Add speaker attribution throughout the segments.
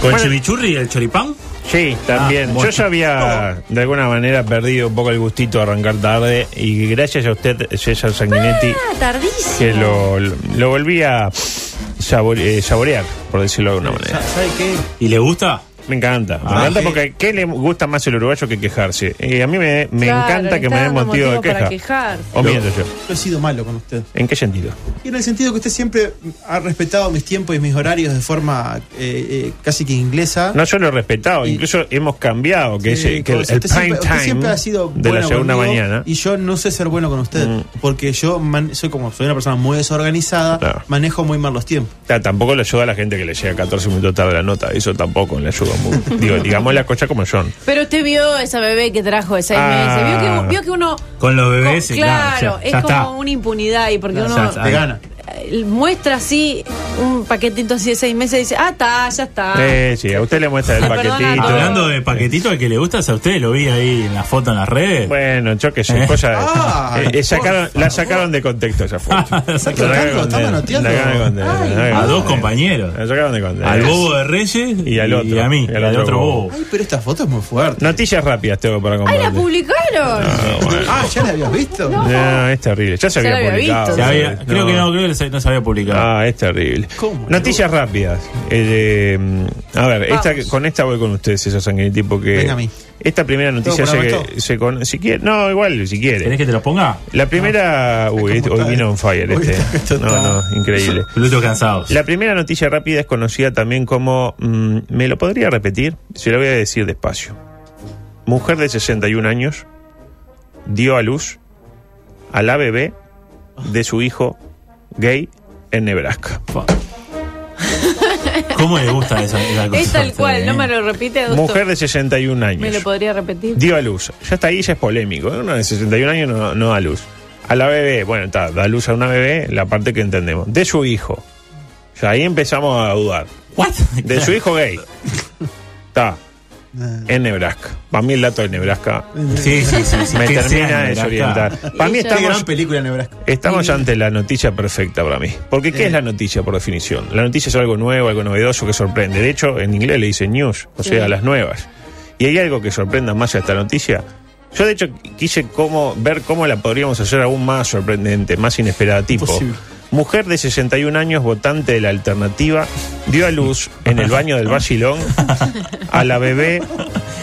Speaker 1: ¿Con chimichurri y el choripán?
Speaker 2: Sí, también.
Speaker 1: Ah, bueno.
Speaker 2: Yo ya había de alguna manera perdido un poco el gustito de arrancar tarde y gracias a usted, César Sanguinetti,
Speaker 3: Ah, tardísimo.
Speaker 2: que lo, lo volví a sabor- eh, saborear, por decirlo de alguna manera.
Speaker 1: ¿Sabe qué? ¿Y le gusta?
Speaker 2: Me encanta, me
Speaker 1: Ah,
Speaker 2: encanta
Speaker 1: sí.
Speaker 2: porque ¿qué le gusta más el uruguayo que quejarse? Y a mí me, me
Speaker 3: Claro,
Speaker 2: encanta
Speaker 3: le
Speaker 2: que me
Speaker 3: está
Speaker 2: den
Speaker 3: dando
Speaker 2: motivo de
Speaker 3: motivo
Speaker 2: queja.
Speaker 3: para quejarse.
Speaker 2: O miento yo.
Speaker 4: Yo he sido malo con usted.
Speaker 2: ¿En qué sentido?
Speaker 4: Y en el sentido que usted siempre ha respetado mis tiempos y mis horarios de forma eh, eh, casi que inglesa.
Speaker 2: No solo respetado,
Speaker 4: Y-
Speaker 2: incluso hemos cambiado, que,
Speaker 4: Sí,
Speaker 2: es, que el,
Speaker 4: cosa,
Speaker 2: el
Speaker 4: usted
Speaker 2: prime
Speaker 4: siempre- usted siempre
Speaker 2: time
Speaker 4: ha sido
Speaker 2: de la
Speaker 4: bueno
Speaker 2: segunda
Speaker 4: conmigo
Speaker 2: mañana. Mm.
Speaker 4: Y yo no sé ser bueno con usted. Porque yo man- soy como soy una persona muy desorganizada,
Speaker 2: Claro.
Speaker 4: manejo muy mal los tiempos.
Speaker 2: Ta- Tampoco le ayuda a la gente que le llega 14 minutos tarde la nota. Eso tampoco le ayuda mucho. Digo, digamos las cosas como son.
Speaker 3: Pero usted vio esa bebé que trajo de seis
Speaker 2: Ah.
Speaker 3: meses. Vio que, vio que uno.
Speaker 1: Con los bebés, sí,
Speaker 3: co-
Speaker 1: claro,
Speaker 3: claro,
Speaker 1: ya-
Speaker 3: es
Speaker 1: ya
Speaker 3: como
Speaker 1: está.
Speaker 3: una impunidad y porque uno.
Speaker 1: ya está.
Speaker 4: Te gana.
Speaker 3: eh, Muestra así un paquetito así de seis meses y dice, ah, está, ya está.
Speaker 2: Eh, sí, a usted le muestra el
Speaker 3: Ay, perdona,
Speaker 2: paquetito.
Speaker 3: no.
Speaker 1: Hablando de paquetito, al que le gusta es a usted, lo vi ahí en la foto en las redes.
Speaker 2: Bueno, yo qué sé,
Speaker 1: Eh.
Speaker 2: cosas.
Speaker 4: Ah,
Speaker 2: eh, eh, sacaron-
Speaker 4: por Ah,
Speaker 2: la sacaron de contexto esa foto.
Speaker 1: Está
Speaker 2: La
Speaker 4: anotando, está
Speaker 2: sacaron de-
Speaker 4: manoteando.
Speaker 2: la sacaron de contexto,
Speaker 4: Ay,
Speaker 2: la sacaron
Speaker 1: a
Speaker 2: de
Speaker 1: dos
Speaker 2: contexto.
Speaker 1: compañeros.
Speaker 2: La sacaron de contexto.
Speaker 1: Al bobo de Reyes
Speaker 2: eh, Y al otro.
Speaker 1: a mí,
Speaker 2: Y
Speaker 1: y
Speaker 2: al
Speaker 1: al
Speaker 2: otro
Speaker 1: otro bobo.
Speaker 4: Ay, pero esta foto es muy fuerte.
Speaker 2: Noticias rápidas tengo para
Speaker 3: ¡Ay, la
Speaker 2: compartir.
Speaker 3: publicaron!
Speaker 4: Ah, ¿ya la habías visto?
Speaker 2: No, es terrible. Ya se
Speaker 3: Ya
Speaker 2: había
Speaker 3: la había
Speaker 2: publicado.
Speaker 3: visto.
Speaker 1: Se
Speaker 3: No,
Speaker 1: había- Creo que no, creo que se- no se había publicado.
Speaker 2: Ah, es terrible.
Speaker 4: ¿Cómo?
Speaker 2: Noticias rápidas. Eh, eh, a ver, esta,
Speaker 3: Vamos.
Speaker 2: con esta voy con ustedes, César Sanguinetti, porque.
Speaker 4: Venga a mí.
Speaker 2: Esta primera noticia
Speaker 4: ¿Tengo que
Speaker 2: se,
Speaker 4: ponerme esto?
Speaker 2: se con- si quiere, no, igual, si quiere.
Speaker 1: ¿Querés que te lo ponga?
Speaker 2: La primera. uy, este,
Speaker 4: ¿Cómo
Speaker 2: hoy
Speaker 4: está,
Speaker 2: vino
Speaker 4: eh?
Speaker 2: on fire
Speaker 4: Hoy
Speaker 2: este.
Speaker 4: está- esto
Speaker 2: No,
Speaker 4: está-
Speaker 2: no, increíble.
Speaker 1: Pluto cansados.
Speaker 2: La primera noticia rápida es conocida también como. mm, ¿Me lo podría repetir? Se lo voy a decir despacio. Mujer de 61 años dio a luz a la bebé de su hijo gay en Nebraska.
Speaker 1: ¿Cómo le gusta esa, esa cosa?
Speaker 3: es tal cual,
Speaker 1: Sí,
Speaker 3: no
Speaker 1: ¿eh?
Speaker 3: me lo repite, Augusto.
Speaker 2: Mujer de 61 años.
Speaker 3: ¿Me lo podría repetir?
Speaker 2: dio a luz. Ya está ahí, ya es polémico. Uno de 61 años no, no da luz. A la bebé, bueno, está, da luz a una bebé, la parte que entendemos. De su hijo. Ya ahí empezamos a dudar.
Speaker 1: ¿What?
Speaker 2: De su hijo gay. Está, en Nebraska. Para mí el dato de Nebraska
Speaker 1: Sí, sí, sí. sí
Speaker 2: me
Speaker 1: que
Speaker 2: termina
Speaker 1: sea
Speaker 2: de
Speaker 1: en
Speaker 2: desorientar.
Speaker 1: Nebraska.
Speaker 2: Para mí
Speaker 4: Qué
Speaker 3: Ella-
Speaker 2: estamos,
Speaker 4: gran película, Nebraska.
Speaker 2: estamos ante la noticia perfecta para mí. Porque ¿qué es la noticia por definición? La noticia es algo nuevo, algo novedoso que sorprende. De hecho, en inglés le dicen news, o sea, las nuevas. Y hay algo que sorprenda más a esta noticia. Yo de hecho quise cómo, ver cómo la podríamos hacer aún más sorprendente, más inesperada. Tipo,
Speaker 4: Imposible.
Speaker 2: mujer de 61 años, votante de la alternativa, dio a luz en el baño del Basilón a la bebé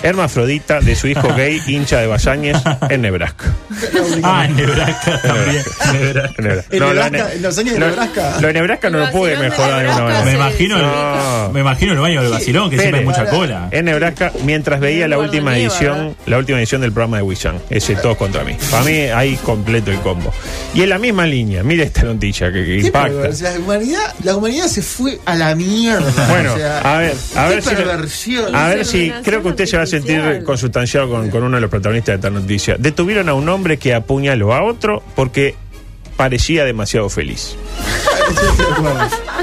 Speaker 2: hermafrodita de su hijo gay, hincha de Basáñez, en Nebraska.
Speaker 1: Ah, en Nebraska también. Nebraska.
Speaker 2: En Nebraska.
Speaker 4: ¿En
Speaker 2: lo
Speaker 4: Nebraska? ¿En los años de
Speaker 2: lo-
Speaker 4: Nebraska?
Speaker 2: Lo de Nebraska no lo pude mejorar de alguna
Speaker 1: Me
Speaker 2: manera.
Speaker 1: imagino,
Speaker 2: No.
Speaker 1: el, me imagino el baño del vacilón, que siempre hay mucha
Speaker 2: Espere.
Speaker 1: cola.
Speaker 2: En Nebraska, mientras veía la
Speaker 3: Eduardo
Speaker 2: última
Speaker 3: Nieva,
Speaker 2: edición,
Speaker 3: ¿verdad?
Speaker 2: la última edición del programa de Wisan, ese todos contra mí. Para mí ahí completo el combo. Y en la misma línea, mire esta noticia que, que
Speaker 4: Qué
Speaker 2: impacta.
Speaker 4: pervers- La humanidad, la humanidad se fue a la mierda.
Speaker 2: Bueno,
Speaker 4: o sea,
Speaker 2: a ver, a
Speaker 4: qué
Speaker 2: ver si,
Speaker 4: perversión.
Speaker 2: a ver
Speaker 3: Es
Speaker 2: si
Speaker 3: iluminación
Speaker 2: creo que usted se va a sentir
Speaker 3: artificial.
Speaker 2: consustanciado con, con uno de los protagonistas de esta noticia. Detuvieron a un hombre que apuñaló a otro porque parecía demasiado feliz.
Speaker 4: Estoy de acuerdo.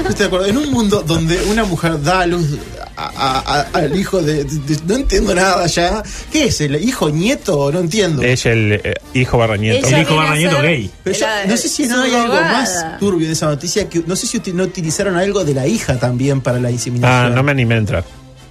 Speaker 4: Estoy de acuerdo. En un mundo donde una mujer da a luz a- a- a- al hijo de, de- de- No entiendo nada ya. ¿Qué es? ¿El hijo nieto? No entiendo.
Speaker 2: Es el eh, hijo barrañeto.
Speaker 1: Ella- El hijo
Speaker 3: viene a
Speaker 1: Barbañeto
Speaker 3: ser
Speaker 1: gay.
Speaker 4: Pero yo-
Speaker 3: la
Speaker 4: no sé si no hay algo
Speaker 3: subrogada.
Speaker 4: más turbio de esa noticia que no sé si uti- no utilizaron algo de la hija también para la
Speaker 2: Ah,
Speaker 4: inseminación.
Speaker 2: no me animé a entrar.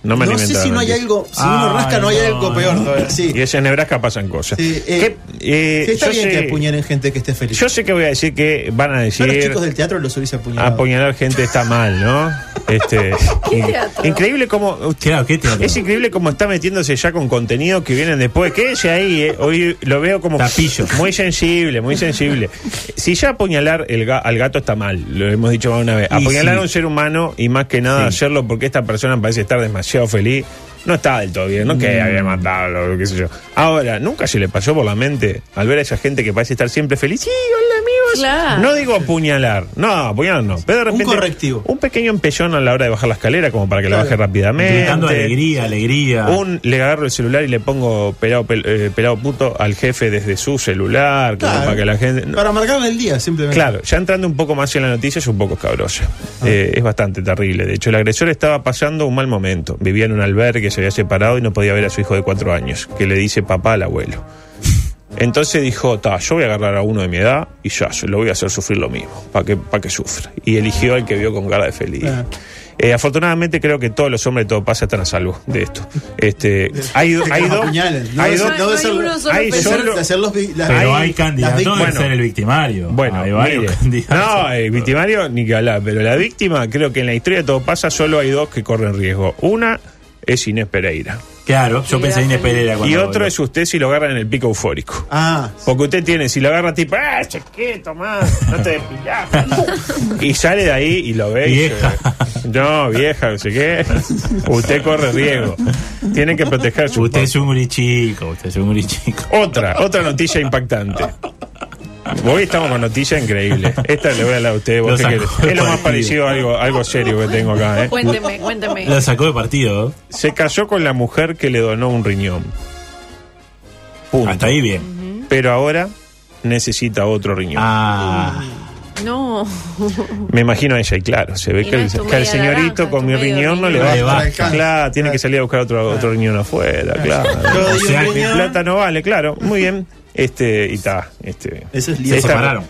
Speaker 2: No me
Speaker 4: No
Speaker 2: animé a
Speaker 4: sé
Speaker 2: entrar a
Speaker 4: si
Speaker 2: la
Speaker 4: no hay
Speaker 2: noticia.
Speaker 4: algo, si
Speaker 1: Ay,
Speaker 4: uno rasca no hay
Speaker 1: no,
Speaker 4: algo peor.
Speaker 1: no.
Speaker 4: todavía, Sí.
Speaker 2: Y es en Nebraska pasan cosas.
Speaker 4: Sí, eh,
Speaker 2: ¿Qué- eh,
Speaker 4: Sí, está
Speaker 2: yo,
Speaker 4: bien
Speaker 2: sé,
Speaker 4: que apuñalen gente que esté feliz.
Speaker 2: yo sé que voy a decir que van a
Speaker 4: Yo a los
Speaker 2: decir
Speaker 4: chicos del teatro los hubiese apuñalado.
Speaker 2: apuñalar gente está mal, ¿no? Este, in-
Speaker 3: teatro?
Speaker 2: increíble como
Speaker 1: Claro, ¿qué teatro?
Speaker 2: es increíble como está metiéndose ya con contenido que vienen después. Quédese ahí, eh. hoy lo veo como
Speaker 1: Tapillo.
Speaker 2: muy sensible, muy sensible. Si ya apuñalar el ga- al gato está mal, lo hemos dicho más de una vez.
Speaker 1: Y
Speaker 2: Apuñalar
Speaker 1: sí.
Speaker 2: a un ser humano y más que nada hacerlo porque esta persona parece estar demasiado feliz. no está del todo bien, no que
Speaker 1: Mm.
Speaker 2: había matado, lo qué sé yo. Ahora, nunca se le pasó por la mente al ver a esa gente que parece estar siempre feliz. Sí, hola amigos.
Speaker 3: Claro.
Speaker 2: No digo apuñalar, no, apuñalar no. Pero de
Speaker 4: Un
Speaker 2: repente,
Speaker 4: correctivo.
Speaker 2: Un pequeño empellón a la hora de bajar la escalera, como para que la
Speaker 4: Claro.
Speaker 2: baje rápidamente.
Speaker 1: Gritando alegría, alegría.
Speaker 2: Un, le agarro el celular y le pongo pelado, pel- eh, pelado puto al jefe desde su celular, como
Speaker 4: Claro.
Speaker 2: para que la gente. no.
Speaker 4: Para marcarle el día, simplemente.
Speaker 2: Claro, ya entrando un poco más en la noticia, es un poco escabrosa.
Speaker 4: Ah.
Speaker 2: Eh, es bastante terrible. De hecho, el agresor estaba pasando un mal momento. Vivía en un albergue, se había separado y no podía ver a su hijo de cuatro años, que le dice papá al abuelo. Entonces dijo, ta, yo voy a agarrar a uno de mi edad y ya, yo lo voy a hacer sufrir lo mismo, para que, pa' que sufra. Y eligió al que vio con cara de feliz.
Speaker 4: Ah.
Speaker 2: Eh, afortunadamente creo que todos los hombres de todo pasa están a salvo de esto. Este, hay do-
Speaker 4: De que
Speaker 2: hay
Speaker 4: los
Speaker 2: dos,
Speaker 4: apuñalen. No
Speaker 2: hay
Speaker 4: de
Speaker 2: dos-
Speaker 4: ser- no de
Speaker 3: No hay
Speaker 4: ser-
Speaker 3: uno solo
Speaker 2: hay
Speaker 4: de
Speaker 3: pensado.
Speaker 4: ser-
Speaker 2: solo-
Speaker 4: de ser los vi- las-
Speaker 1: Pero
Speaker 4: las
Speaker 1: hay candidatos de
Speaker 4: víctimas.
Speaker 2: bueno.
Speaker 1: ser el victimario.
Speaker 2: Bueno,
Speaker 1: hay varios
Speaker 2: mire.
Speaker 1: candidatos.
Speaker 2: No, eh, el victimario ni que hablar, pero la víctima, creo que en la historia de todo pasa, solo hay dos que corren riesgo. Una es Inés Pereira.
Speaker 1: Claro, yo
Speaker 3: Y
Speaker 1: pensé en Inés
Speaker 3: hacen-
Speaker 1: Pereira cuando.
Speaker 2: y otro es usted si lo agarran en el pico eufórico.
Speaker 4: Ah,
Speaker 2: Porque usted tiene, si lo agarra tipo, ¡ah, chequeto, más! ¡No te despilás! y sale de ahí y lo ve. y
Speaker 1: Vieja.
Speaker 2: se- no, vieja, no sé qué. Usted corre riesgo. Tiene que proteger su
Speaker 1: Usted es un grichico, usted es un grichico.
Speaker 2: Otra, otra noticia impactante. Hoy estamos con noticias increíbles. Esta le voy a hablar a ustedes. vos
Speaker 1: Lo
Speaker 2: que
Speaker 1: sacó
Speaker 2: querés. es
Speaker 1: el
Speaker 2: lo más
Speaker 1: partido.
Speaker 2: parecido a algo, algo serio que tengo acá. ¿eh?
Speaker 3: Cuénteme, cuénteme.
Speaker 1: Lo sacó de partido. ¿eh?
Speaker 2: Se casó con la mujer que le donó un riñón. Punto.
Speaker 1: Hasta ahí bien.
Speaker 2: Pero ahora necesita otro riñón.
Speaker 1: Ah,
Speaker 3: No.
Speaker 2: Me imagino a ella, y claro, se ve
Speaker 3: Y
Speaker 2: que
Speaker 3: no
Speaker 2: el,
Speaker 3: es tu
Speaker 2: que el
Speaker 3: media
Speaker 2: señorito
Speaker 3: naranja,
Speaker 2: con
Speaker 3: tu
Speaker 2: mi
Speaker 3: medio
Speaker 2: riñón no le
Speaker 1: riñón. No
Speaker 2: va
Speaker 1: le
Speaker 2: a
Speaker 4: alcanza.
Speaker 2: Claro, tiene que salir a buscar otro, otro riñón afuera, claro.
Speaker 4: Yo
Speaker 1: O
Speaker 4: digo
Speaker 1: sea,
Speaker 4: que
Speaker 2: Mi
Speaker 4: ya-
Speaker 2: plata no vale, claro. Muy bien. Este, y ta, este.
Speaker 4: Eso es lío.
Speaker 1: se
Speaker 2: Esta-
Speaker 1: separaron.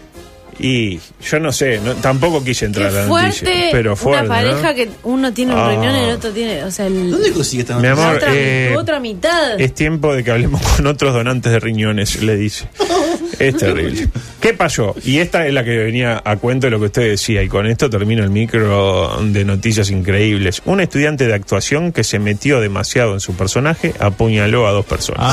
Speaker 2: Y yo no sé, no- tampoco quise
Speaker 3: Qué
Speaker 2: entrar a la noticia.
Speaker 3: fuerte.
Speaker 2: Pero fuerte.
Speaker 3: Una pareja
Speaker 2: ¿no?
Speaker 3: que uno tiene un
Speaker 2: Ah.
Speaker 3: riñón y el otro tiene. O sea, el-
Speaker 4: ¿Dónde consigue esta
Speaker 2: Mi
Speaker 4: noticia?
Speaker 2: amor,
Speaker 3: la otra,
Speaker 2: eh,
Speaker 3: tu otra mitad.
Speaker 2: Es tiempo de que hablemos con otros donantes de riñones, le dice. Es terrible. ¿Qué pasó? Y esta es la que venía a cuento de lo que usted decía, y con esto termino el micro de noticias increíbles. Un estudiante de actuación que se metió demasiado en su personaje apuñaló a dos personas.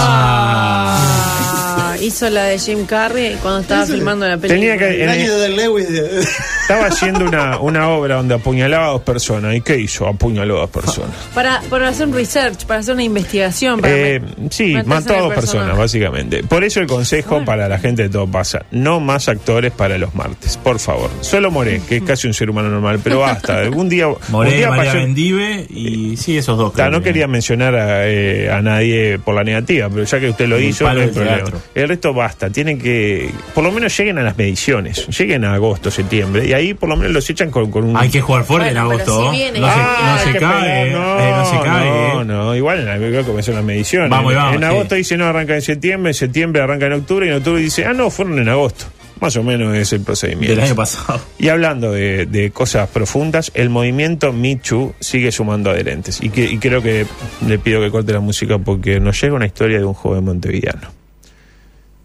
Speaker 3: Ah, hizo la de Jim Carrey cuando estaba filmando la película.
Speaker 2: Tenía que, en-
Speaker 4: El año de Lewis. de-
Speaker 2: estaba haciendo una, una obra donde apuñalaba a dos personas. ¿Y qué hizo? Apuñaló a dos personas.
Speaker 3: Para, para hacer un research, para hacer una investigación. para
Speaker 2: Eh,
Speaker 3: met-
Speaker 2: sí,
Speaker 3: meterse
Speaker 2: mató
Speaker 3: en
Speaker 2: a
Speaker 3: el
Speaker 2: dos personas,
Speaker 3: personaje.
Speaker 2: básicamente. Por eso el consejo para la gente de Todo Pasa, no más actores para los martes, por favor. Solo Moré, que es casi un ser humano normal, pero basta. Algún día... un
Speaker 1: Moré,
Speaker 2: día
Speaker 1: María
Speaker 2: pasó-
Speaker 1: Bendive y sí, esos dos.
Speaker 2: Ta,
Speaker 1: creo
Speaker 2: no
Speaker 1: que-
Speaker 2: quería mencionar a, eh, a nadie por la negativa, pero ya que usted lo
Speaker 1: Un
Speaker 2: hizo,
Speaker 1: palo
Speaker 2: no hay
Speaker 1: del
Speaker 2: problema.
Speaker 1: teatro.
Speaker 2: El resto basta, tienen que, por lo menos lleguen a las mediciones, lleguen a agosto, septiembre, y ahí por lo menos los echan con, con un...
Speaker 1: Hay que jugar fuerte
Speaker 3: Bueno,
Speaker 1: en
Speaker 3: pero
Speaker 1: agosto.
Speaker 3: si
Speaker 1: ¿eh?
Speaker 3: viene-
Speaker 1: no se,
Speaker 3: Ah,
Speaker 1: no
Speaker 2: hay
Speaker 1: se
Speaker 2: que
Speaker 1: cae,
Speaker 2: esperar.
Speaker 1: ¿eh? Eh, no se cae.
Speaker 2: No,
Speaker 1: ¿eh?
Speaker 2: no, igual en agosto comenzó las mediciones.
Speaker 1: Vamos,
Speaker 2: en,
Speaker 1: vamos,
Speaker 2: en
Speaker 1: sí.
Speaker 2: agosto dice no, arranca en septiembre, en septiembre arranca en octubre, y en octubre dice, ah, no, fueron en agosto. Más o menos es el procedimiento.
Speaker 1: Del año pasado.
Speaker 2: Y hablando de, de cosas profundas, el movimiento Michu sigue sumando adherentes. Y, que, y creo que le pido que corte la música porque nos llega una historia de un joven montevideano.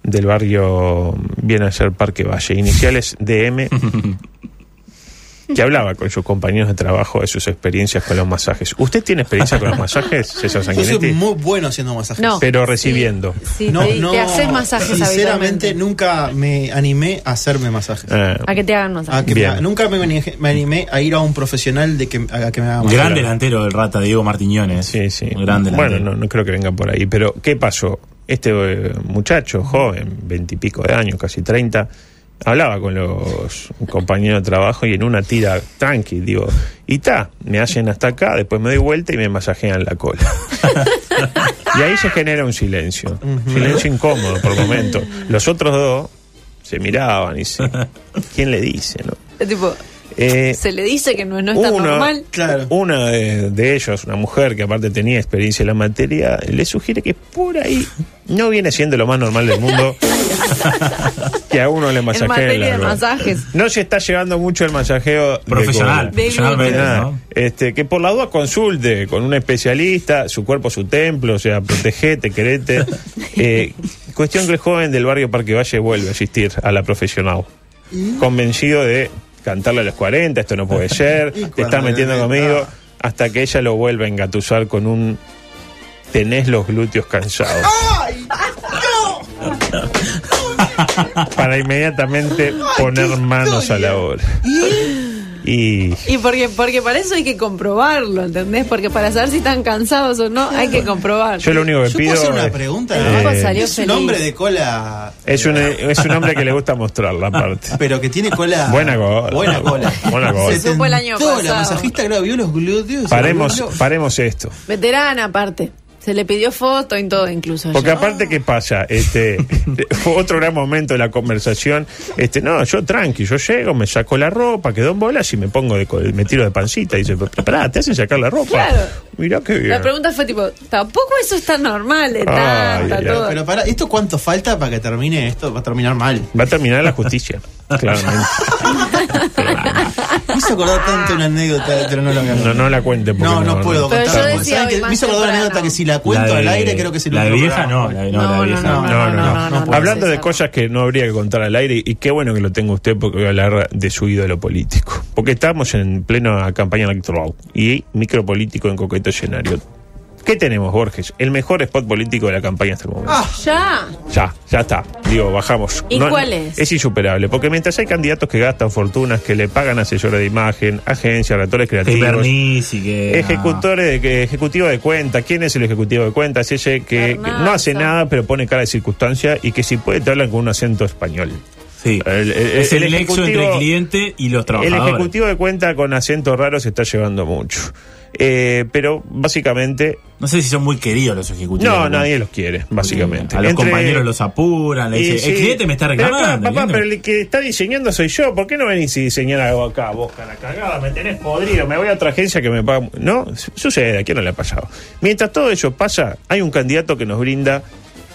Speaker 2: Del barrio, viene a ser Parque Valle, iniciales DM, que hablaba con sus compañeros de trabajo de sus experiencias con los masajes. ¿Usted tiene experiencia con los masajes, César
Speaker 4: Yo soy
Speaker 2: Sanguinetti?
Speaker 4: muy bueno haciendo masajes.
Speaker 3: No.
Speaker 2: Pero recibiendo.
Speaker 3: Sí, te, te haces masajes
Speaker 4: Sinceramente,
Speaker 3: habitualmente.
Speaker 4: nunca me animé a hacerme masajes.
Speaker 2: Ah,
Speaker 3: A que te hagan masajes.
Speaker 4: A que me-
Speaker 2: Bien.
Speaker 4: nunca me, manejé- me animé a ir a un profesional de que, a que me haga masajes.
Speaker 1: Gran delantero del rata, Diego Martiñones.
Speaker 2: Sí, sí.
Speaker 1: Un Gran delantero.
Speaker 2: Bueno, no, no creo que venga por ahí. Pero, ¿qué pasó? Este eh, muchacho, joven, veintipico de años, casi treinta, hablaba con los compañeros de trabajo y en una tira tranqui, digo, y ta, me hacen hasta acá, después me doy vuelta y me masajean la cola. y ahí se genera un silencio, silencio incómodo por momento. Los otros dos se miraban y se, ¿quién le dice, no?
Speaker 3: Es tipo,
Speaker 2: Eh,
Speaker 3: se le dice que no, no está
Speaker 2: uno-
Speaker 3: normal.
Speaker 4: Claro.
Speaker 2: Una de, de ellos, una mujer que aparte tenía experiencia en la materia, le sugiere que por ahí no viene siendo lo más normal del mundo que a uno le masajeen
Speaker 3: materia
Speaker 2: la
Speaker 3: de
Speaker 2: cola.
Speaker 3: masajes.
Speaker 2: No se está llevando mucho el masajeo de
Speaker 1: Profesional.
Speaker 2: cola.
Speaker 3: De
Speaker 1: Profesionalmente,
Speaker 2: Nada.
Speaker 1: ¿no?
Speaker 2: Este, que por la duda consulte con un especialista, su cuerpo, su templo, o sea, protegete, querete. Eh, cuestión que el joven del barrio Parque Valle vuelve a asistir a la profesional. Convencido de cantarle a los 40, esto no puede ser,
Speaker 4: Y
Speaker 2: te estás
Speaker 4: cuando
Speaker 2: metiendo
Speaker 4: le-
Speaker 2: conmigo,
Speaker 4: ah.
Speaker 2: hasta que ella lo vuelve a engatusar con un tenés los glúteos cansados. Para inmediatamente poner manos a la obra. Y
Speaker 3: Y porque, porque para eso hay que comprobarlo, ¿entendés? Porque para saber si están cansados o no, hay que comprobar.
Speaker 2: yo lo único que
Speaker 4: Yo
Speaker 2: pido.
Speaker 4: puedo hacer una
Speaker 2: es-
Speaker 4: pregunta.
Speaker 2: Eh,
Speaker 3: Ojo, salió
Speaker 4: es un
Speaker 3: feliz.
Speaker 4: hombre de cola.
Speaker 2: Es un, es un hombre que le gusta mostrar la parte.
Speaker 4: Pero que tiene cola.
Speaker 2: Buena cola.
Speaker 4: Buena cola.
Speaker 2: Buena cola.
Speaker 4: Se
Speaker 3: Supo el año
Speaker 4: tentó La
Speaker 3: pasado.
Speaker 4: masajista, claro, vio los glúteos. y
Speaker 2: Paremos,
Speaker 4: los glúteos-
Speaker 2: paremos esto.
Speaker 3: Veterana aparte. Se le pidió foto y todo incluso.
Speaker 2: Porque
Speaker 3: ayer.
Speaker 2: aparte, ¿qué pasa? Este, fue otro gran momento de la conversación. Este, no, yo tranqui, yo llego, me saco la ropa, quedo en bolas y me pongo de, co- me tiro de pancita. Y dice, "Pero pará, te hacen sacar la ropa.
Speaker 3: Claro.
Speaker 2: Mirá qué bien.
Speaker 3: La pregunta fue tipo, tampoco eso está normal, de
Speaker 2: Ay,
Speaker 3: tanta,
Speaker 2: ay,
Speaker 3: todo.
Speaker 4: Pero para, ¿esto cuánto falta para que termine esto? Va a terminar mal.
Speaker 2: Va a terminar la justicia, claramente.
Speaker 4: Me hizo acordar tanto una anécdota, pero no lo voy a
Speaker 2: No, no la cuente. porque
Speaker 4: No, no puedo
Speaker 3: Pero
Speaker 4: contar.
Speaker 3: yo
Speaker 4: porque,
Speaker 3: decía
Speaker 4: ¿saben
Speaker 3: hoy
Speaker 4: qué?
Speaker 3: más
Speaker 4: Me hizo acordar una
Speaker 3: temprano.
Speaker 4: anécdota que si la cuento
Speaker 1: La
Speaker 4: al
Speaker 1: de-
Speaker 4: aire creo que se
Speaker 1: La de vieja no, la, no, la
Speaker 3: No, no,
Speaker 1: vieja
Speaker 3: no,
Speaker 1: no.
Speaker 2: No, no, no.
Speaker 4: no puede
Speaker 2: Hablando de
Speaker 3: ser.
Speaker 2: cosas que no habría que contar al aire, y qué bueno que lo tenga usted porque voy a hablar de su ídolo político. Porque estamos en plena campaña electoral y micropolítico en coqueto escenario. ¿Qué tenemos, Borges? El mejor spot político de la campaña hasta el momento.
Speaker 4: Ah.
Speaker 3: Ya.
Speaker 2: Ya, ya está. Digo, bajamos.
Speaker 3: ¿Y cuál es?
Speaker 2: Es insuperable, porque mientras hay candidatos que gastan fortunas, que le pagan asesores de imagen, agencias, redactores
Speaker 1: Que
Speaker 2: creativos,
Speaker 1: Berniz y que.
Speaker 2: Ejecutores de que ejecutivo de cuenta, ¿quién es el ejecutivo de cuenta? Es ese que, que no hace
Speaker 3: Arnaldo.
Speaker 2: nada pero pone cara de circunstancia y que si puede te hablan con un acento español.
Speaker 1: Sí.
Speaker 2: Ah, El- el-
Speaker 1: es el,
Speaker 2: el
Speaker 1: nexo
Speaker 2: ejecutivo-
Speaker 1: entre el cliente y los
Speaker 2: El
Speaker 1: trabajadores.
Speaker 2: ejecutivo de cuenta con acento raro se está llevando mucho. Eh, pero básicamente
Speaker 1: No sé si son muy queridos los ejecutivos.
Speaker 2: no,
Speaker 1: ¿no?
Speaker 2: nadie los quiere, básicamente.
Speaker 1: A los
Speaker 2: Entre-
Speaker 1: compañeros los apuran, le
Speaker 2: Y
Speaker 1: dicen,
Speaker 2: sí.
Speaker 1: el cliente me está
Speaker 2: Pero
Speaker 1: reclamando.
Speaker 2: acá, papá,
Speaker 1: ¿entiendes?
Speaker 2: pero el que está diseñando soy yo. ¿Por qué no venís y diseñar algo acá? Vos, cara cagada, me tenés podrido. Me voy a otra agencia que me paga. No, su- sucede, aquí no le ha pasado. Mientras todo eso pasa, hay un candidato que nos brinda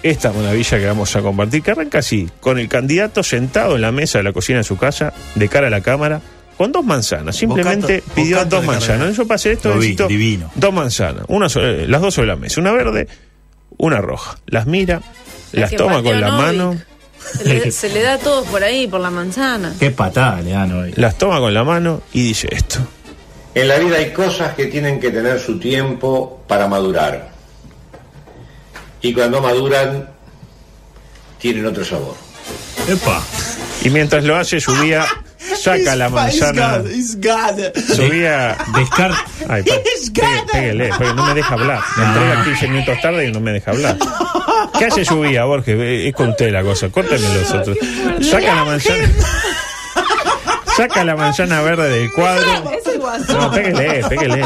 Speaker 2: esta maravilla que vamos a compartir, que arranca así, con el candidato sentado en la mesa de la cocina de su casa, de cara a la cámara. Con dos manzanas, simplemente
Speaker 4: Bocato-
Speaker 2: pidió
Speaker 4: bocato
Speaker 2: dos
Speaker 4: de
Speaker 2: manzanas.
Speaker 4: carrera.
Speaker 2: Yo pasé esto,
Speaker 1: Lo vi,
Speaker 2: necesito
Speaker 1: divino.
Speaker 2: dos manzanas, una sobre- las dos sobre la mesa, una verde, una roja. Las mira,
Speaker 3: La
Speaker 2: las
Speaker 3: que
Speaker 2: toma
Speaker 3: pateó
Speaker 2: con la
Speaker 3: Novik.
Speaker 2: mano.
Speaker 3: Se le, se le da todo por ahí, por la manzana.
Speaker 1: Qué patada le dan hoy.
Speaker 2: las toma con la mano y dice esto.
Speaker 5: En la vida hay cosas que tienen que tener su tiempo para madurar. Y cuando maduran, tienen otro sabor.
Speaker 1: Epa.
Speaker 2: Y mientras lo hace, subía, saca la manzana,
Speaker 4: It's God. It's God.
Speaker 2: subía...
Speaker 1: Descart
Speaker 2: Ay, pa- pegue- pégale, porque no me deja hablar. Me
Speaker 1: Ah.
Speaker 2: entrega 15 minutos tarde y no me deja hablar. ¿Qué hace subía, Borges? Eh, Es con usted la cosa. Córteme los otros. Saca la manzana... Saca la manzana verde del cuadro.
Speaker 3: Es el guasón.
Speaker 2: No, pégale, pégale.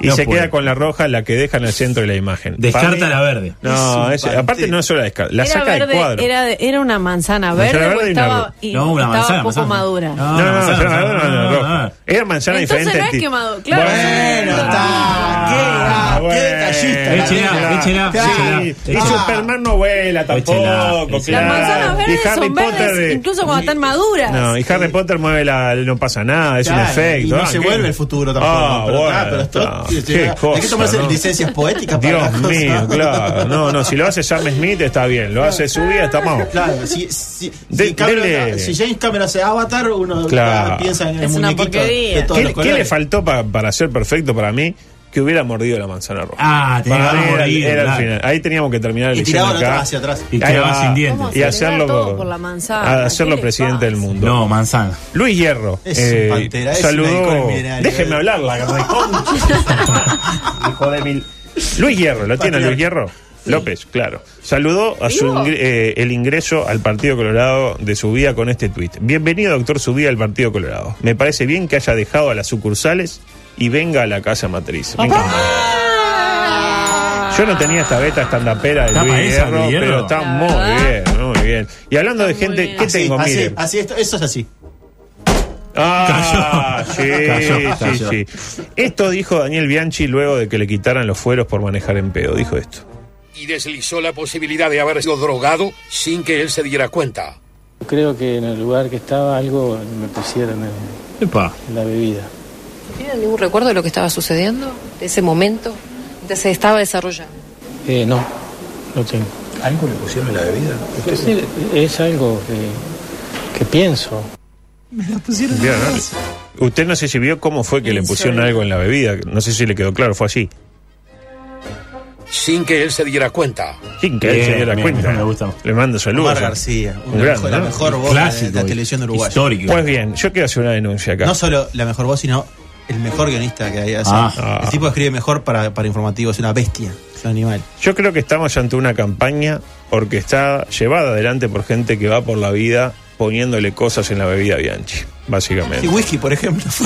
Speaker 2: Y
Speaker 1: No
Speaker 2: se
Speaker 1: puede.
Speaker 2: queda con la roja, la que deja en el centro de la imagen. Pa' mí-
Speaker 1: descarta la verde.
Speaker 2: No,
Speaker 4: Es un
Speaker 2: es- aparte
Speaker 4: panteo.
Speaker 2: no es solo la descarta, la
Speaker 3: Era
Speaker 2: saca del
Speaker 3: verde,
Speaker 2: cuadro.
Speaker 3: Era, de- era una manzana
Speaker 2: Manzana
Speaker 3: verde,
Speaker 2: verde
Speaker 3: o
Speaker 2: y Ah,
Speaker 3: estaba,
Speaker 2: una-
Speaker 3: y
Speaker 1: No, una
Speaker 3: estaba
Speaker 1: manzana.
Speaker 3: poco
Speaker 1: manzana.
Speaker 3: madura.
Speaker 1: No,
Speaker 2: No,
Speaker 1: una
Speaker 2: no,
Speaker 1: manzana,
Speaker 2: manzana, no,
Speaker 1: manzana,
Speaker 2: no, no,
Speaker 1: no, no, no.
Speaker 2: Era manzana diferente.
Speaker 3: Entonces no es
Speaker 2: al ti-
Speaker 3: quemado, claro.
Speaker 2: Bueno,
Speaker 3: Bueno,
Speaker 2: está.
Speaker 4: está. Qué
Speaker 2: Ah,
Speaker 4: callista,
Speaker 2: bueno.
Speaker 1: Échela, échela,
Speaker 2: Claro.
Speaker 1: échela,
Speaker 2: Y
Speaker 1: échela.
Speaker 2: Superman no vuela tampoco.
Speaker 1: échela.
Speaker 3: Las
Speaker 2: claro.
Speaker 3: manzanas verdes
Speaker 2: Y Harry
Speaker 3: son verdes
Speaker 2: Potter. de-
Speaker 3: incluso cuando están maduras.
Speaker 2: No, y Harry Potter mueve la. No pasa nada, es un
Speaker 4: Claro,
Speaker 2: efecto.
Speaker 4: Y no
Speaker 2: Ah,
Speaker 4: se
Speaker 2: ¿qué?
Speaker 4: vuelve el futuro tampoco.
Speaker 2: Ah,
Speaker 4: pero,
Speaker 2: bueno,
Speaker 4: ah, pero esto-
Speaker 2: está.
Speaker 4: sí,
Speaker 2: Qué
Speaker 4: sí, hay que
Speaker 2: cosa,
Speaker 4: tomarse
Speaker 2: ¿no?
Speaker 4: licencias poéticas para
Speaker 2: Dios
Speaker 4: las cosas.
Speaker 2: mío, claro. No, no, si lo hace Sam Smith está bien. Lo hace subida, está mal.
Speaker 4: Claro, si, si, si
Speaker 2: De-
Speaker 4: Cameron-
Speaker 2: dele.
Speaker 4: si James Cameron hace Avatar, uno
Speaker 2: Claro.
Speaker 4: ah, piensa en el
Speaker 3: Es una
Speaker 4: muñequito
Speaker 3: porquería.
Speaker 4: de todos
Speaker 2: ¿Qué,
Speaker 4: los
Speaker 2: qué le
Speaker 4: colores.
Speaker 2: faltó pa- para ser perfecto para mí? Que hubiera mordido la manzana roja.
Speaker 1: Ah, tenía que
Speaker 2: Para
Speaker 1: haber
Speaker 2: mí era,
Speaker 1: mordido,
Speaker 2: era el
Speaker 1: claro.
Speaker 2: final. Ahí teníamos que terminar el
Speaker 4: Y tiraba atrás, hacia atrás.
Speaker 1: Y quedaba sin dientes.
Speaker 3: ¿Cómo se
Speaker 2: Y
Speaker 3: le da
Speaker 2: hacerlo
Speaker 3: todo por la manzana?
Speaker 2: a hacerlo
Speaker 3: ¿Qué le
Speaker 2: presidente
Speaker 3: pasa?
Speaker 2: del mundo.
Speaker 1: No, manzana.
Speaker 2: Luis Hierro. eh,
Speaker 4: Es un pantera, es un
Speaker 2: saludó.
Speaker 4: halcón milenario.
Speaker 2: Déjeme hablar, la reconcha. Hijo de mil. Luis Hierro, ¿lo tiene
Speaker 4: Patriarca.
Speaker 2: Luis Hierro? López, claro. Saludó a su
Speaker 3: ¿Vivo?
Speaker 2: ingre- eh, el ingreso al Partido Colorado de Subía con este tuit. Bienvenido, doctor Subía, al Partido Colorado. Me parece bien que haya dejado a las sucursales y venga a la casa matriz. Me encanta.
Speaker 3: Ah.
Speaker 2: Yo no tenía esta beta estandapera de
Speaker 1: Está
Speaker 2: Luis
Speaker 1: pa' esa,
Speaker 2: Hierro,
Speaker 1: Luis Hierro.
Speaker 2: pero está
Speaker 3: La
Speaker 2: muy bien,
Speaker 3: verdad.
Speaker 2: muy bien. Y hablando de
Speaker 3: Está muy
Speaker 2: gente,
Speaker 3: bien.
Speaker 2: ¿qué
Speaker 4: Así,
Speaker 2: tengo?
Speaker 4: así,
Speaker 2: Miren.
Speaker 4: así, esto, eso es así.
Speaker 2: Ah,
Speaker 1: Cayó.
Speaker 2: sí,
Speaker 1: Cayó,
Speaker 2: sí,
Speaker 1: cayó.
Speaker 2: sí. Esto dijo Daniel Bianchi luego de que le quitaran los fueros por manejar en pedo. Dijo esto.
Speaker 6: y deslizó la posibilidad de haber sido drogado sin que él se diera cuenta.
Speaker 7: Creo que en el lugar que estaba algo me pusieron en,
Speaker 1: Epa.
Speaker 7: en la bebida.
Speaker 8: ¿Tienen ningún recuerdo de lo que estaba sucediendo? De ese momento, que se estaba desarrollando.
Speaker 7: Eh, no, no tengo. ¿Algo le pusieron en la bebida? es algo que, que pienso.
Speaker 2: Bien, ¿no? Usted no sé si vio cómo fue que le pusieron algo en la bebida. No sé si le quedó claro, fue así.
Speaker 6: sin que él se diera cuenta.
Speaker 2: Sin que él se
Speaker 1: Bien,
Speaker 2: diera
Speaker 1: bien,
Speaker 2: cuenta.
Speaker 1: me gusta.
Speaker 2: Le mando saludos.
Speaker 9: Omar García, una
Speaker 2: Un
Speaker 9: de
Speaker 2: gran,
Speaker 9: las- la
Speaker 2: ¿no?
Speaker 9: mejor voz de-
Speaker 1: Clásico.
Speaker 9: de la televisión uruguaya.
Speaker 1: Histórico.
Speaker 2: Pues bien, yo quiero hacer una denuncia acá.
Speaker 9: No solo la mejor voz, sino el mejor guionista que hay. O sea,
Speaker 1: Ah.
Speaker 9: El tipo que escribe mejor para, para informativos, es una bestia, es un animal.
Speaker 2: Yo creo que estamos ante una campaña orquestada, llevada adelante por gente que va por la vida poniéndole cosas en la bebida Bianchi, básicamente.
Speaker 9: Y whisky, por ejemplo.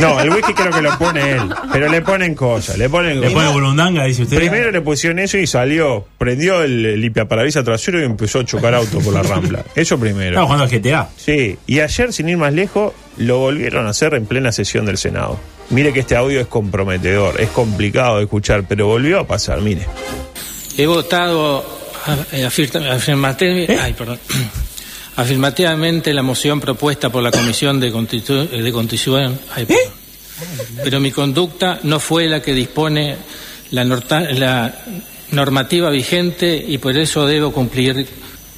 Speaker 2: No, el whisky creo que lo pone él, pero le ponen cosas, le ponen
Speaker 1: Le pone burundanga, dice usted.
Speaker 2: Primero le pusieron eso y salió, prendió el limpiaparabrisas trasero y empezó a chocar auto por la rambla. Eso primero.
Speaker 1: Estaba jugando al GTA.
Speaker 2: Sí, y ayer, sin ir más lejos, lo volvieron a hacer en plena sesión del Senado. Mire que este audio es comprometedor, es complicado de escuchar, pero volvió a pasar, mire.
Speaker 7: He votado eh, afirta- afirmate- ay, perdón. afirmativamente la moción propuesta por la Comisión de, Constitu- eh, de Constitución. ay, perdón. Pero mi conducta no fue la que dispone la, norta- la normativa vigente y por eso debo cumplir.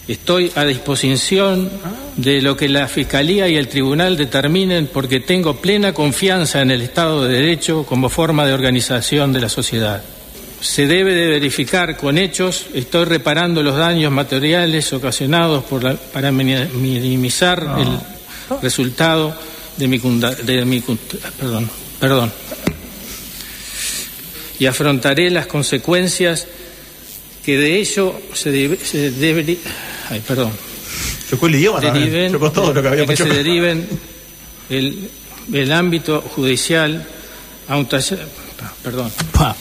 Speaker 7: Estoy a disposición de lo que la Fiscalía y el Tribunal determinen porque tengo plena confianza en el Estado de Derecho como forma de organización de la sociedad. Se debe de verificar con hechos, estoy reparando los daños materiales ocasionados por la- para mini- minimizar
Speaker 9: Ah.
Speaker 7: el resultado de mi, cunda- de mi cun- perdón, perdón. Y afrontaré las consecuencias que de ello se, debe- se debe- ay, perdón,
Speaker 9: Chocó el idioma también.
Speaker 7: deriven,
Speaker 9: Chocó todo lo que había
Speaker 7: de que se
Speaker 9: chocado.
Speaker 7: deriven el, el ámbito judicial a un taller- perdón.
Speaker 1: Pa.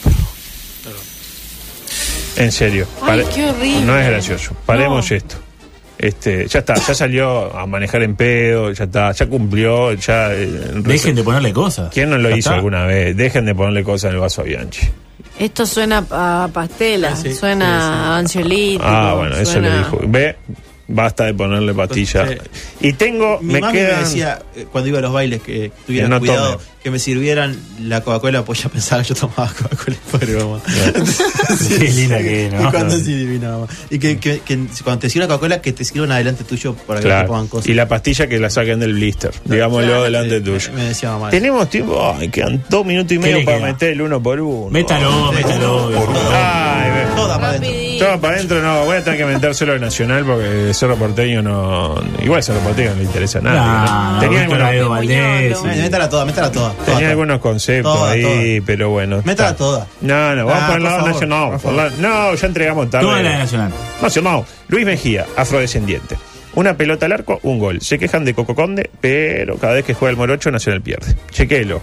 Speaker 2: En serio.
Speaker 8: Ay,
Speaker 2: Pare-
Speaker 8: qué horrible.
Speaker 2: No es gracioso. Paremos esto. Este, ya está, ya salió a manejar en pedo, ya está, ya cumplió, ya. eh,
Speaker 1: Dejen de ponerle cosas.
Speaker 2: ¿Quién no lo
Speaker 1: Ya
Speaker 2: hizo
Speaker 1: está.
Speaker 2: alguna vez? Dejen de ponerle cosas en el vaso a Bianchi.
Speaker 3: Esto suena a pastela,
Speaker 9: Sí, sí,
Speaker 3: suena
Speaker 9: sí, sí.
Speaker 3: a ansiolítico,
Speaker 2: Ah, bueno, eso
Speaker 3: suena-
Speaker 2: le dijo. Ve, basta de ponerle pastilla.
Speaker 9: Sí.
Speaker 2: Y tengo,
Speaker 9: Mi
Speaker 2: me
Speaker 9: mami
Speaker 2: quedan.
Speaker 9: me decía eh, cuando iba a los bailes que tuviera
Speaker 2: Que no
Speaker 9: cuidado,
Speaker 2: tome.
Speaker 9: que me sirvieran la Coca-Cola, pues ya pensaba que yo tomaba Coca-Cola pobre mamá.
Speaker 1: Qué linda que es, ¿no?
Speaker 9: Y cuando sí divina mamá. Y que, que- que cuando te sirva Coca-Cola, que te sirvan adelante tuyo para que no te
Speaker 2: Claro.
Speaker 9: pongan cosas.
Speaker 2: Y la pastilla que la saquen del blister, digámoslo
Speaker 9: Claro,
Speaker 2: delante
Speaker 9: sí,
Speaker 2: tuyo.
Speaker 9: me- me decía mamá.
Speaker 2: Tenemos tiempo, ay, quedan dos minutos y medio
Speaker 1: le
Speaker 2: para
Speaker 1: queda?
Speaker 2: meter el uno por uno.
Speaker 1: Métalo, métalo.
Speaker 2: Ay, ve.
Speaker 9: Toda para adentro.
Speaker 3: Rapidito.
Speaker 2: Todo para adentro no, voy a tener que meter solo el Nacional porque Cerro Porteño no. Igual Cerro Porteño no le interesa nada.
Speaker 1: Nah,
Speaker 2: Tenía,
Speaker 1: Víctor
Speaker 2: algunos,
Speaker 1: Aedo Valdés.
Speaker 9: Ay, Eh, Métala toda, métala toda. toda,
Speaker 2: tenía
Speaker 9: toda.
Speaker 2: algunos conceptos
Speaker 9: Toda,
Speaker 2: ahí,
Speaker 9: toda.
Speaker 2: pero bueno.
Speaker 9: Métala
Speaker 2: está.
Speaker 9: toda.
Speaker 2: No, no, vamos
Speaker 9: Ah,
Speaker 2: por
Speaker 9: por
Speaker 2: el lado
Speaker 9: favor,
Speaker 2: nacional.
Speaker 9: por
Speaker 2: por la- no, ya entregamos tarde.
Speaker 1: Toda la de Nacional.
Speaker 2: Nacional. Luis Mejía, afrodescendiente. Una pelota al arco, un gol. Se quejan de Coco Conde, pero cada vez que juega el Morocho, Nacional pierde. Chequelo.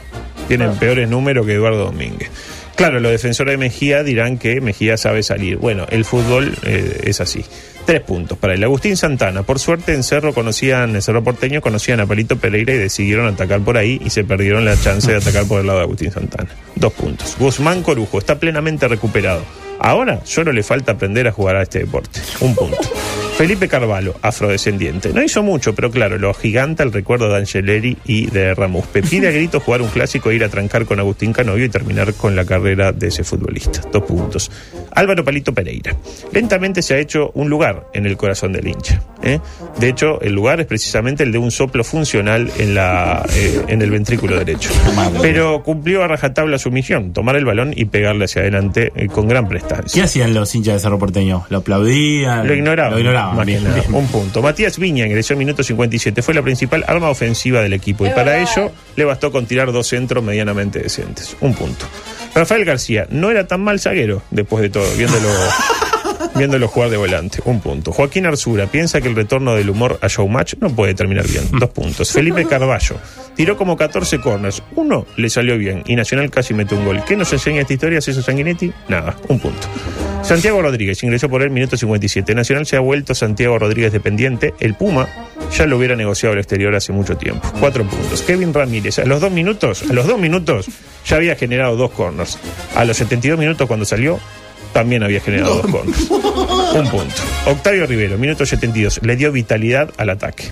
Speaker 2: Tienen peores números que Eduardo Domínguez. Claro, los defensores de Mejía dirán que Mejía sabe salir. Bueno, el fútbol eh, es así. Tres puntos para el Agustín Santana. Por suerte en Cerro conocían, en Cerro Porteño conocían a Palito Pereira y decidieron atacar por ahí y se perdieron la chance de atacar por el lado de Agustín Santana. Dos puntos. Guzmán Corujo está plenamente recuperado. Ahora solo le falta aprender a jugar a este deporte. Un punto. Felipe Carvalho, afrodescendiente. No hizo mucho, pero claro, lo agiganta el recuerdo de Angeleri y de Ramos. Pide a grito jugar un clásico, e ir a trancar con Agustín Canovio y terminar con la carrera de ese futbolista. Dos puntos. Álvaro Palito Pereira. Lentamente se ha hecho un lugar en el corazón del hincha. ¿eh? De hecho, el lugar es precisamente el de un soplo funcional en, la, eh, en el ventrículo derecho. Pero cumplió a rajatabla su misión, tomar el balón y pegarle hacia adelante eh, con gran prestancia.
Speaker 1: ¿Qué hacían los hinchas de Cerro Porteño? ¿Lo aplaudían?
Speaker 2: Lo ignoraba.
Speaker 1: Lo ignoraban.
Speaker 2: Más que
Speaker 1: bien,
Speaker 2: nada.
Speaker 1: bien.
Speaker 2: Un punto. Matías Viña ingresó en minuto 57. Fue la principal arma ofensiva del equipo. y para ello le bastó con tirar dos centros medianamente decentes. Un punto. Rafael García no era tan mal zaguero, después de todo, viéndolo. Viéndolo jugar de volante, un punto. Joaquín Arzura piensa que el retorno del humor a Showmatch no puede terminar bien, dos puntos. Felipe Carballo tiró como 14 corners, uno le salió bien y Nacional casi mete un gol. ¿Qué nos enseña esta historia, César Sanguinetti? Nada, un punto. Santiago Rodríguez ingresó por él minuto 57. Nacional se ha vuelto Santiago Rodríguez dependiente. El Puma ya lo hubiera negociado al exterior hace mucho tiempo. Cuatro puntos. Kevin Ramírez, a los dos minutos, a los dos minutos ya había generado dos corners. A los 72 minutos cuando salió, también había generado dos corners. Un punto. Octavio Rivero, minuto 72, le dio vitalidad al ataque.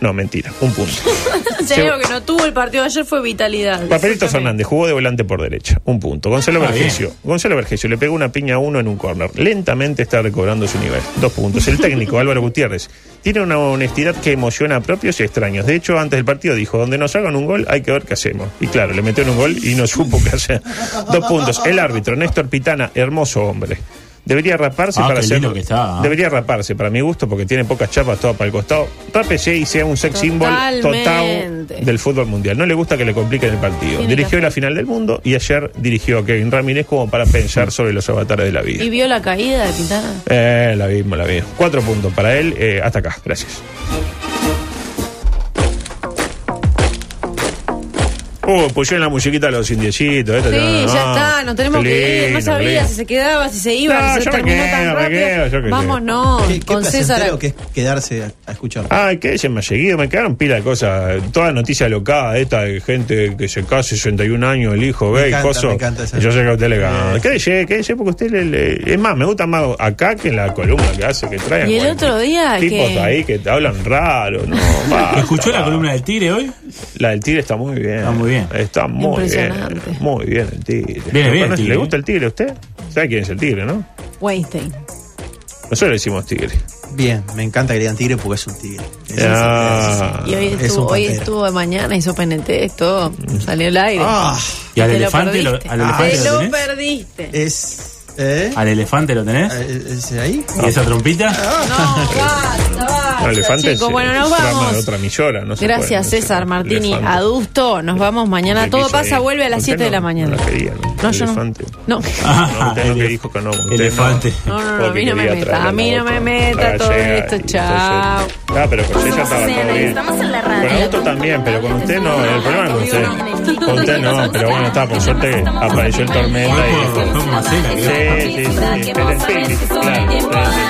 Speaker 2: No, mentira, un punto.
Speaker 3: Si hay algo que no tuvo el partido de ayer fue vitalidad.
Speaker 2: Papelito Fernández jugó de volante por derecha. Un punto. Gonzalo
Speaker 1: Ah,
Speaker 2: Vergesio. Gonzalo Vergesio le pegó una piña a uno en un córner. Lentamente está recobrando su nivel. Dos puntos. El técnico, Álvaro Gutiérrez, tiene una honestidad que emociona a propios y extraños. De hecho, antes del partido dijo: donde nos hagan un gol, hay que ver qué hacemos. Y claro, le metieron un gol y no supo qué hacer. Dos puntos. El árbitro, Néstor Pitana, hermoso hombre. Debería raparse
Speaker 1: Ah,
Speaker 2: para
Speaker 1: qué
Speaker 2: ser.
Speaker 1: lindo que está, ah.
Speaker 2: Debería raparse, para mi gusto, porque tiene pocas chapas todas para el costado. Rápese y sea un sex symbol total
Speaker 3: Totalmente.
Speaker 2: del fútbol mundial. No le gusta que le compliquen el partido.
Speaker 3: Tiene
Speaker 2: Dirigió
Speaker 3: razón.
Speaker 2: la final del mundo y ayer dirigió a Kevin Ramírez como para pensar sobre los avatares de la vida.
Speaker 3: ¿Y vio la caída de Pitana?
Speaker 2: Eh, la vimos, la vimos. Cuatro puntos para él. eh, hasta acá. Gracias. Uh, pusieron la musiquita de los indiecitos. esto
Speaker 3: Sí,
Speaker 2: ya-
Speaker 3: ya
Speaker 2: ah,
Speaker 3: está, nos tenemos
Speaker 2: qué
Speaker 3: que ir. No
Speaker 2: lindo, qué
Speaker 3: sabía
Speaker 2: lindo.
Speaker 3: si se quedaba, si se iba,
Speaker 2: No,
Speaker 3: si
Speaker 2: yo
Speaker 3: se
Speaker 2: me
Speaker 3: terminó
Speaker 2: quedo,
Speaker 3: tan
Speaker 2: me
Speaker 3: rápido.
Speaker 2: quedo, yo qué sé.
Speaker 3: Vámonos,
Speaker 9: Qué, qué
Speaker 3: con César.
Speaker 9: placentero que es quedarse a, a escuchar.
Speaker 2: Ay, que se me ha seguido, me quedaron pila de cosas. Toda noticia locada esta de gente que se casa 61 años, el hijo
Speaker 9: Me
Speaker 2: gay,
Speaker 9: encanta,
Speaker 2: coso.
Speaker 9: me encanta esa.
Speaker 2: Yo sé que a usted le gana. Quédese, quédese, porque usted le, le- Es más, me gusta más acá que en la columna que hace, que trae.
Speaker 3: Y el otro día
Speaker 2: Tipos
Speaker 3: que-
Speaker 2: ahí que te hablan raro, ¿no? basta,
Speaker 1: ¿Escuchó la
Speaker 2: basta.
Speaker 1: columna del Tigre hoy?
Speaker 2: La del tigre está muy bien.
Speaker 1: Está muy bien.
Speaker 2: Está muy bien.
Speaker 3: Impresionante.
Speaker 2: Muy bien el tigre.
Speaker 1: Viene bien el
Speaker 2: ¿Le
Speaker 1: Tigre. ¿eh?
Speaker 2: gusta el tigre a usted? ¿Sabe quién es el tigre, no?
Speaker 3: Weinstein.
Speaker 2: Nosotros le decimos tigre.
Speaker 9: Bien, me encanta que le digan tigre porque es un tigre. Es-
Speaker 2: Ah.
Speaker 3: Y hoy
Speaker 9: Es
Speaker 3: estuvo,
Speaker 9: un
Speaker 3: hoy
Speaker 9: pantera.
Speaker 3: estuvo de mañana, hizo PNT, todo. Salió al aire.
Speaker 9: Ah,
Speaker 1: ¿Y al
Speaker 3: Te lo
Speaker 1: elefante lo,
Speaker 3: perdiste.
Speaker 1: al elefante
Speaker 3: Te
Speaker 1: lo
Speaker 3: lo
Speaker 1: tenés?
Speaker 3: perdiste.
Speaker 9: es. ¿Eh?
Speaker 1: ¿Al elefante lo tenés?
Speaker 4: É,
Speaker 9: ¿Es ahí?
Speaker 2: Ah.
Speaker 1: ¿Y esa trompita?
Speaker 3: No, basta, basta.
Speaker 2: El elefante
Speaker 3: Ah, chicos.
Speaker 2: es,
Speaker 3: bueno,
Speaker 2: eh,
Speaker 3: nos
Speaker 2: trama
Speaker 3: vamos.
Speaker 2: de otra millora, no se puede, no
Speaker 3: Gracias,
Speaker 2: se
Speaker 3: César
Speaker 2: puede.
Speaker 3: Martini.
Speaker 2: Elefante.
Speaker 3: Adusto, nos vamos mañana.
Speaker 2: Usted
Speaker 3: Todo
Speaker 2: quiso
Speaker 3: pasa,
Speaker 2: ir.
Speaker 3: vuelve a las
Speaker 2: Usted
Speaker 3: 7 de
Speaker 2: no-
Speaker 3: la mañana.
Speaker 2: No, la quería, ¿no?
Speaker 3: No,
Speaker 2: El
Speaker 3: yo no-
Speaker 2: elefante.
Speaker 3: no.
Speaker 1: Ah,
Speaker 2: No, usted no que dijo que no. usted
Speaker 1: elefante.
Speaker 3: No, no, no,
Speaker 2: porque
Speaker 3: a mí no me
Speaker 2: quería
Speaker 3: meta,
Speaker 2: traerle
Speaker 3: a mí
Speaker 2: la
Speaker 3: no me
Speaker 2: otra.
Speaker 3: meta
Speaker 2: Ah,
Speaker 3: todo
Speaker 2: llega,
Speaker 3: esto,
Speaker 2: y entonces-
Speaker 3: chao.
Speaker 2: Ah, pero con ella estaba todo bien. Con Augusto también, pero con usted no. El problema es con usted. Con usted no, pero bueno, está, por suerte apareció el tormenta
Speaker 1: Fue
Speaker 2: y
Speaker 1: por
Speaker 2: dijo.
Speaker 1: Tom Macena, creo.
Speaker 2: Sí, sí, sí. Pero en fin, claro, claro.